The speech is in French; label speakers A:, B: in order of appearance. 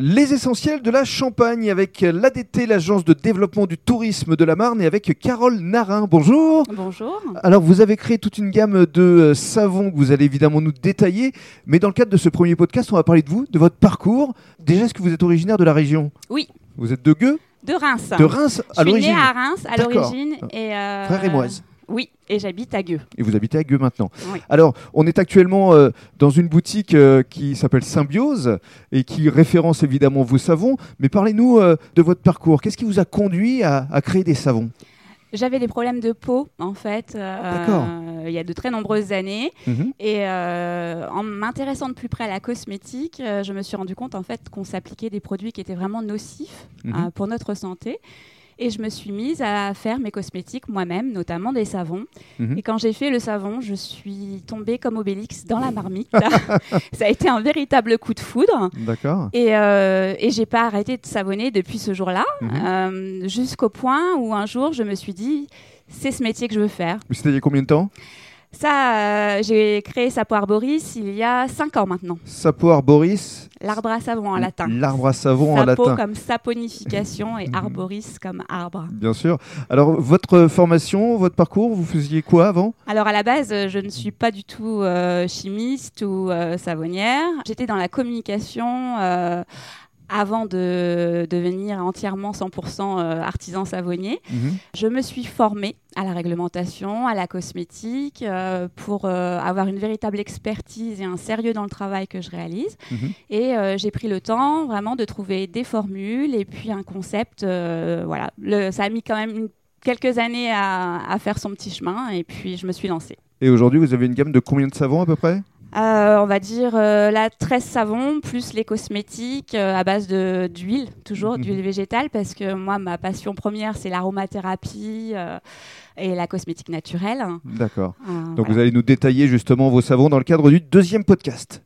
A: Les essentiels de la Champagne avec l'ADT, l'agence de développement du tourisme de la Marne, et avec Carole Narin. Bonjour.
B: Bonjour.
A: Alors, vous avez créé toute une gamme de euh, savons que vous allez évidemment nous détailler. Mais dans le cadre de ce premier podcast, on va parler de vous, de votre parcours. Déjà, est-ce que vous êtes originaire de la région
B: Oui.
A: Vous êtes de Gueux
B: De Reims.
A: De Reims
B: Je
A: à
B: suis
A: l'origine
B: née à Reims à
A: D'accord.
B: l'origine et euh,
A: Frère et moise.
B: Oui, et j'habite à Gueux.
A: Et vous habitez à Gueux maintenant.
B: Oui.
A: Alors, on est actuellement euh, dans une boutique euh, qui s'appelle Symbiose et qui référence évidemment vos savons. Mais parlez-nous euh, de votre parcours. Qu'est-ce qui vous a conduit à, à créer des savons
B: J'avais des problèmes de peau en fait euh,
A: D'accord.
B: il y a de très nombreuses années
A: Mhm.
B: et euh, en m'intéressant de plus près à la cosmétique, euh, je me suis rendu compte en fait qu'on s'appliquait des produits qui étaient vraiment nocifs
A: Mhm.
B: euh, pour notre santé. Et je me suis mise à faire mes cosmétiques moi-même, notamment des savons.
A: Mhm.
B: Et quand j'ai fait le savon, je suis tombée comme Obélix dans la marmite. Ça a été un véritable coup de foudre.
A: D'accord.
B: Et, euh, et j'ai pas arrêté de savonner depuis ce jour-là,
A: Mhm.
B: euh, jusqu'au point où un jour je me suis dit c'est ce métier que je veux faire.
A: Mais c'était il y a combien de temps
B: Ça, euh, j'ai créé Sapo Arboris il y a 5 ans maintenant.
A: Sapo arboris.
B: L'arbre à savon en latin.
A: L'arbre à savon en
B: Sapo
A: latin.
B: comme saponification et
A: Mhm.
B: arboris comme arbre.
A: Bien sûr. Alors, votre euh, formation, votre parcours, vous faisiez quoi avant
B: Alors à la base, euh, je ne suis pas du tout euh, chimiste ou euh, savonnière. J'étais dans la communication euh, avant de devenir entièrement 100% euh, artisan savonnier. Je me suis formée à la réglementation, à la cosmétique, euh, pour euh, avoir une véritable expertise et un sérieux dans le travail que je réalise.
A: Mhm.
B: Et euh, j'ai pris le temps vraiment de trouver des formules et puis un concept. euh, voilà, Le- ça a mis quand même une- quelques années à, à faire son petit chemin et puis je me suis lancée.
A: Et aujourd'hui, vous avez une gamme de combien de savons à peu près
B: Euh, on va dire euh, là 13 savons plus les cosmétiques euh, à base de- d'huile, toujours
A: Mhm.
B: d'huile végétale, parce que moi, ma passion première, c'est l'aromathérapie euh, et la cosmétique naturelle.
A: D'accord.
B: Euh,
A: Donc,
B: voilà.
A: vous allez nous détailler justement vos savons dans le cadre du deuxième podcast.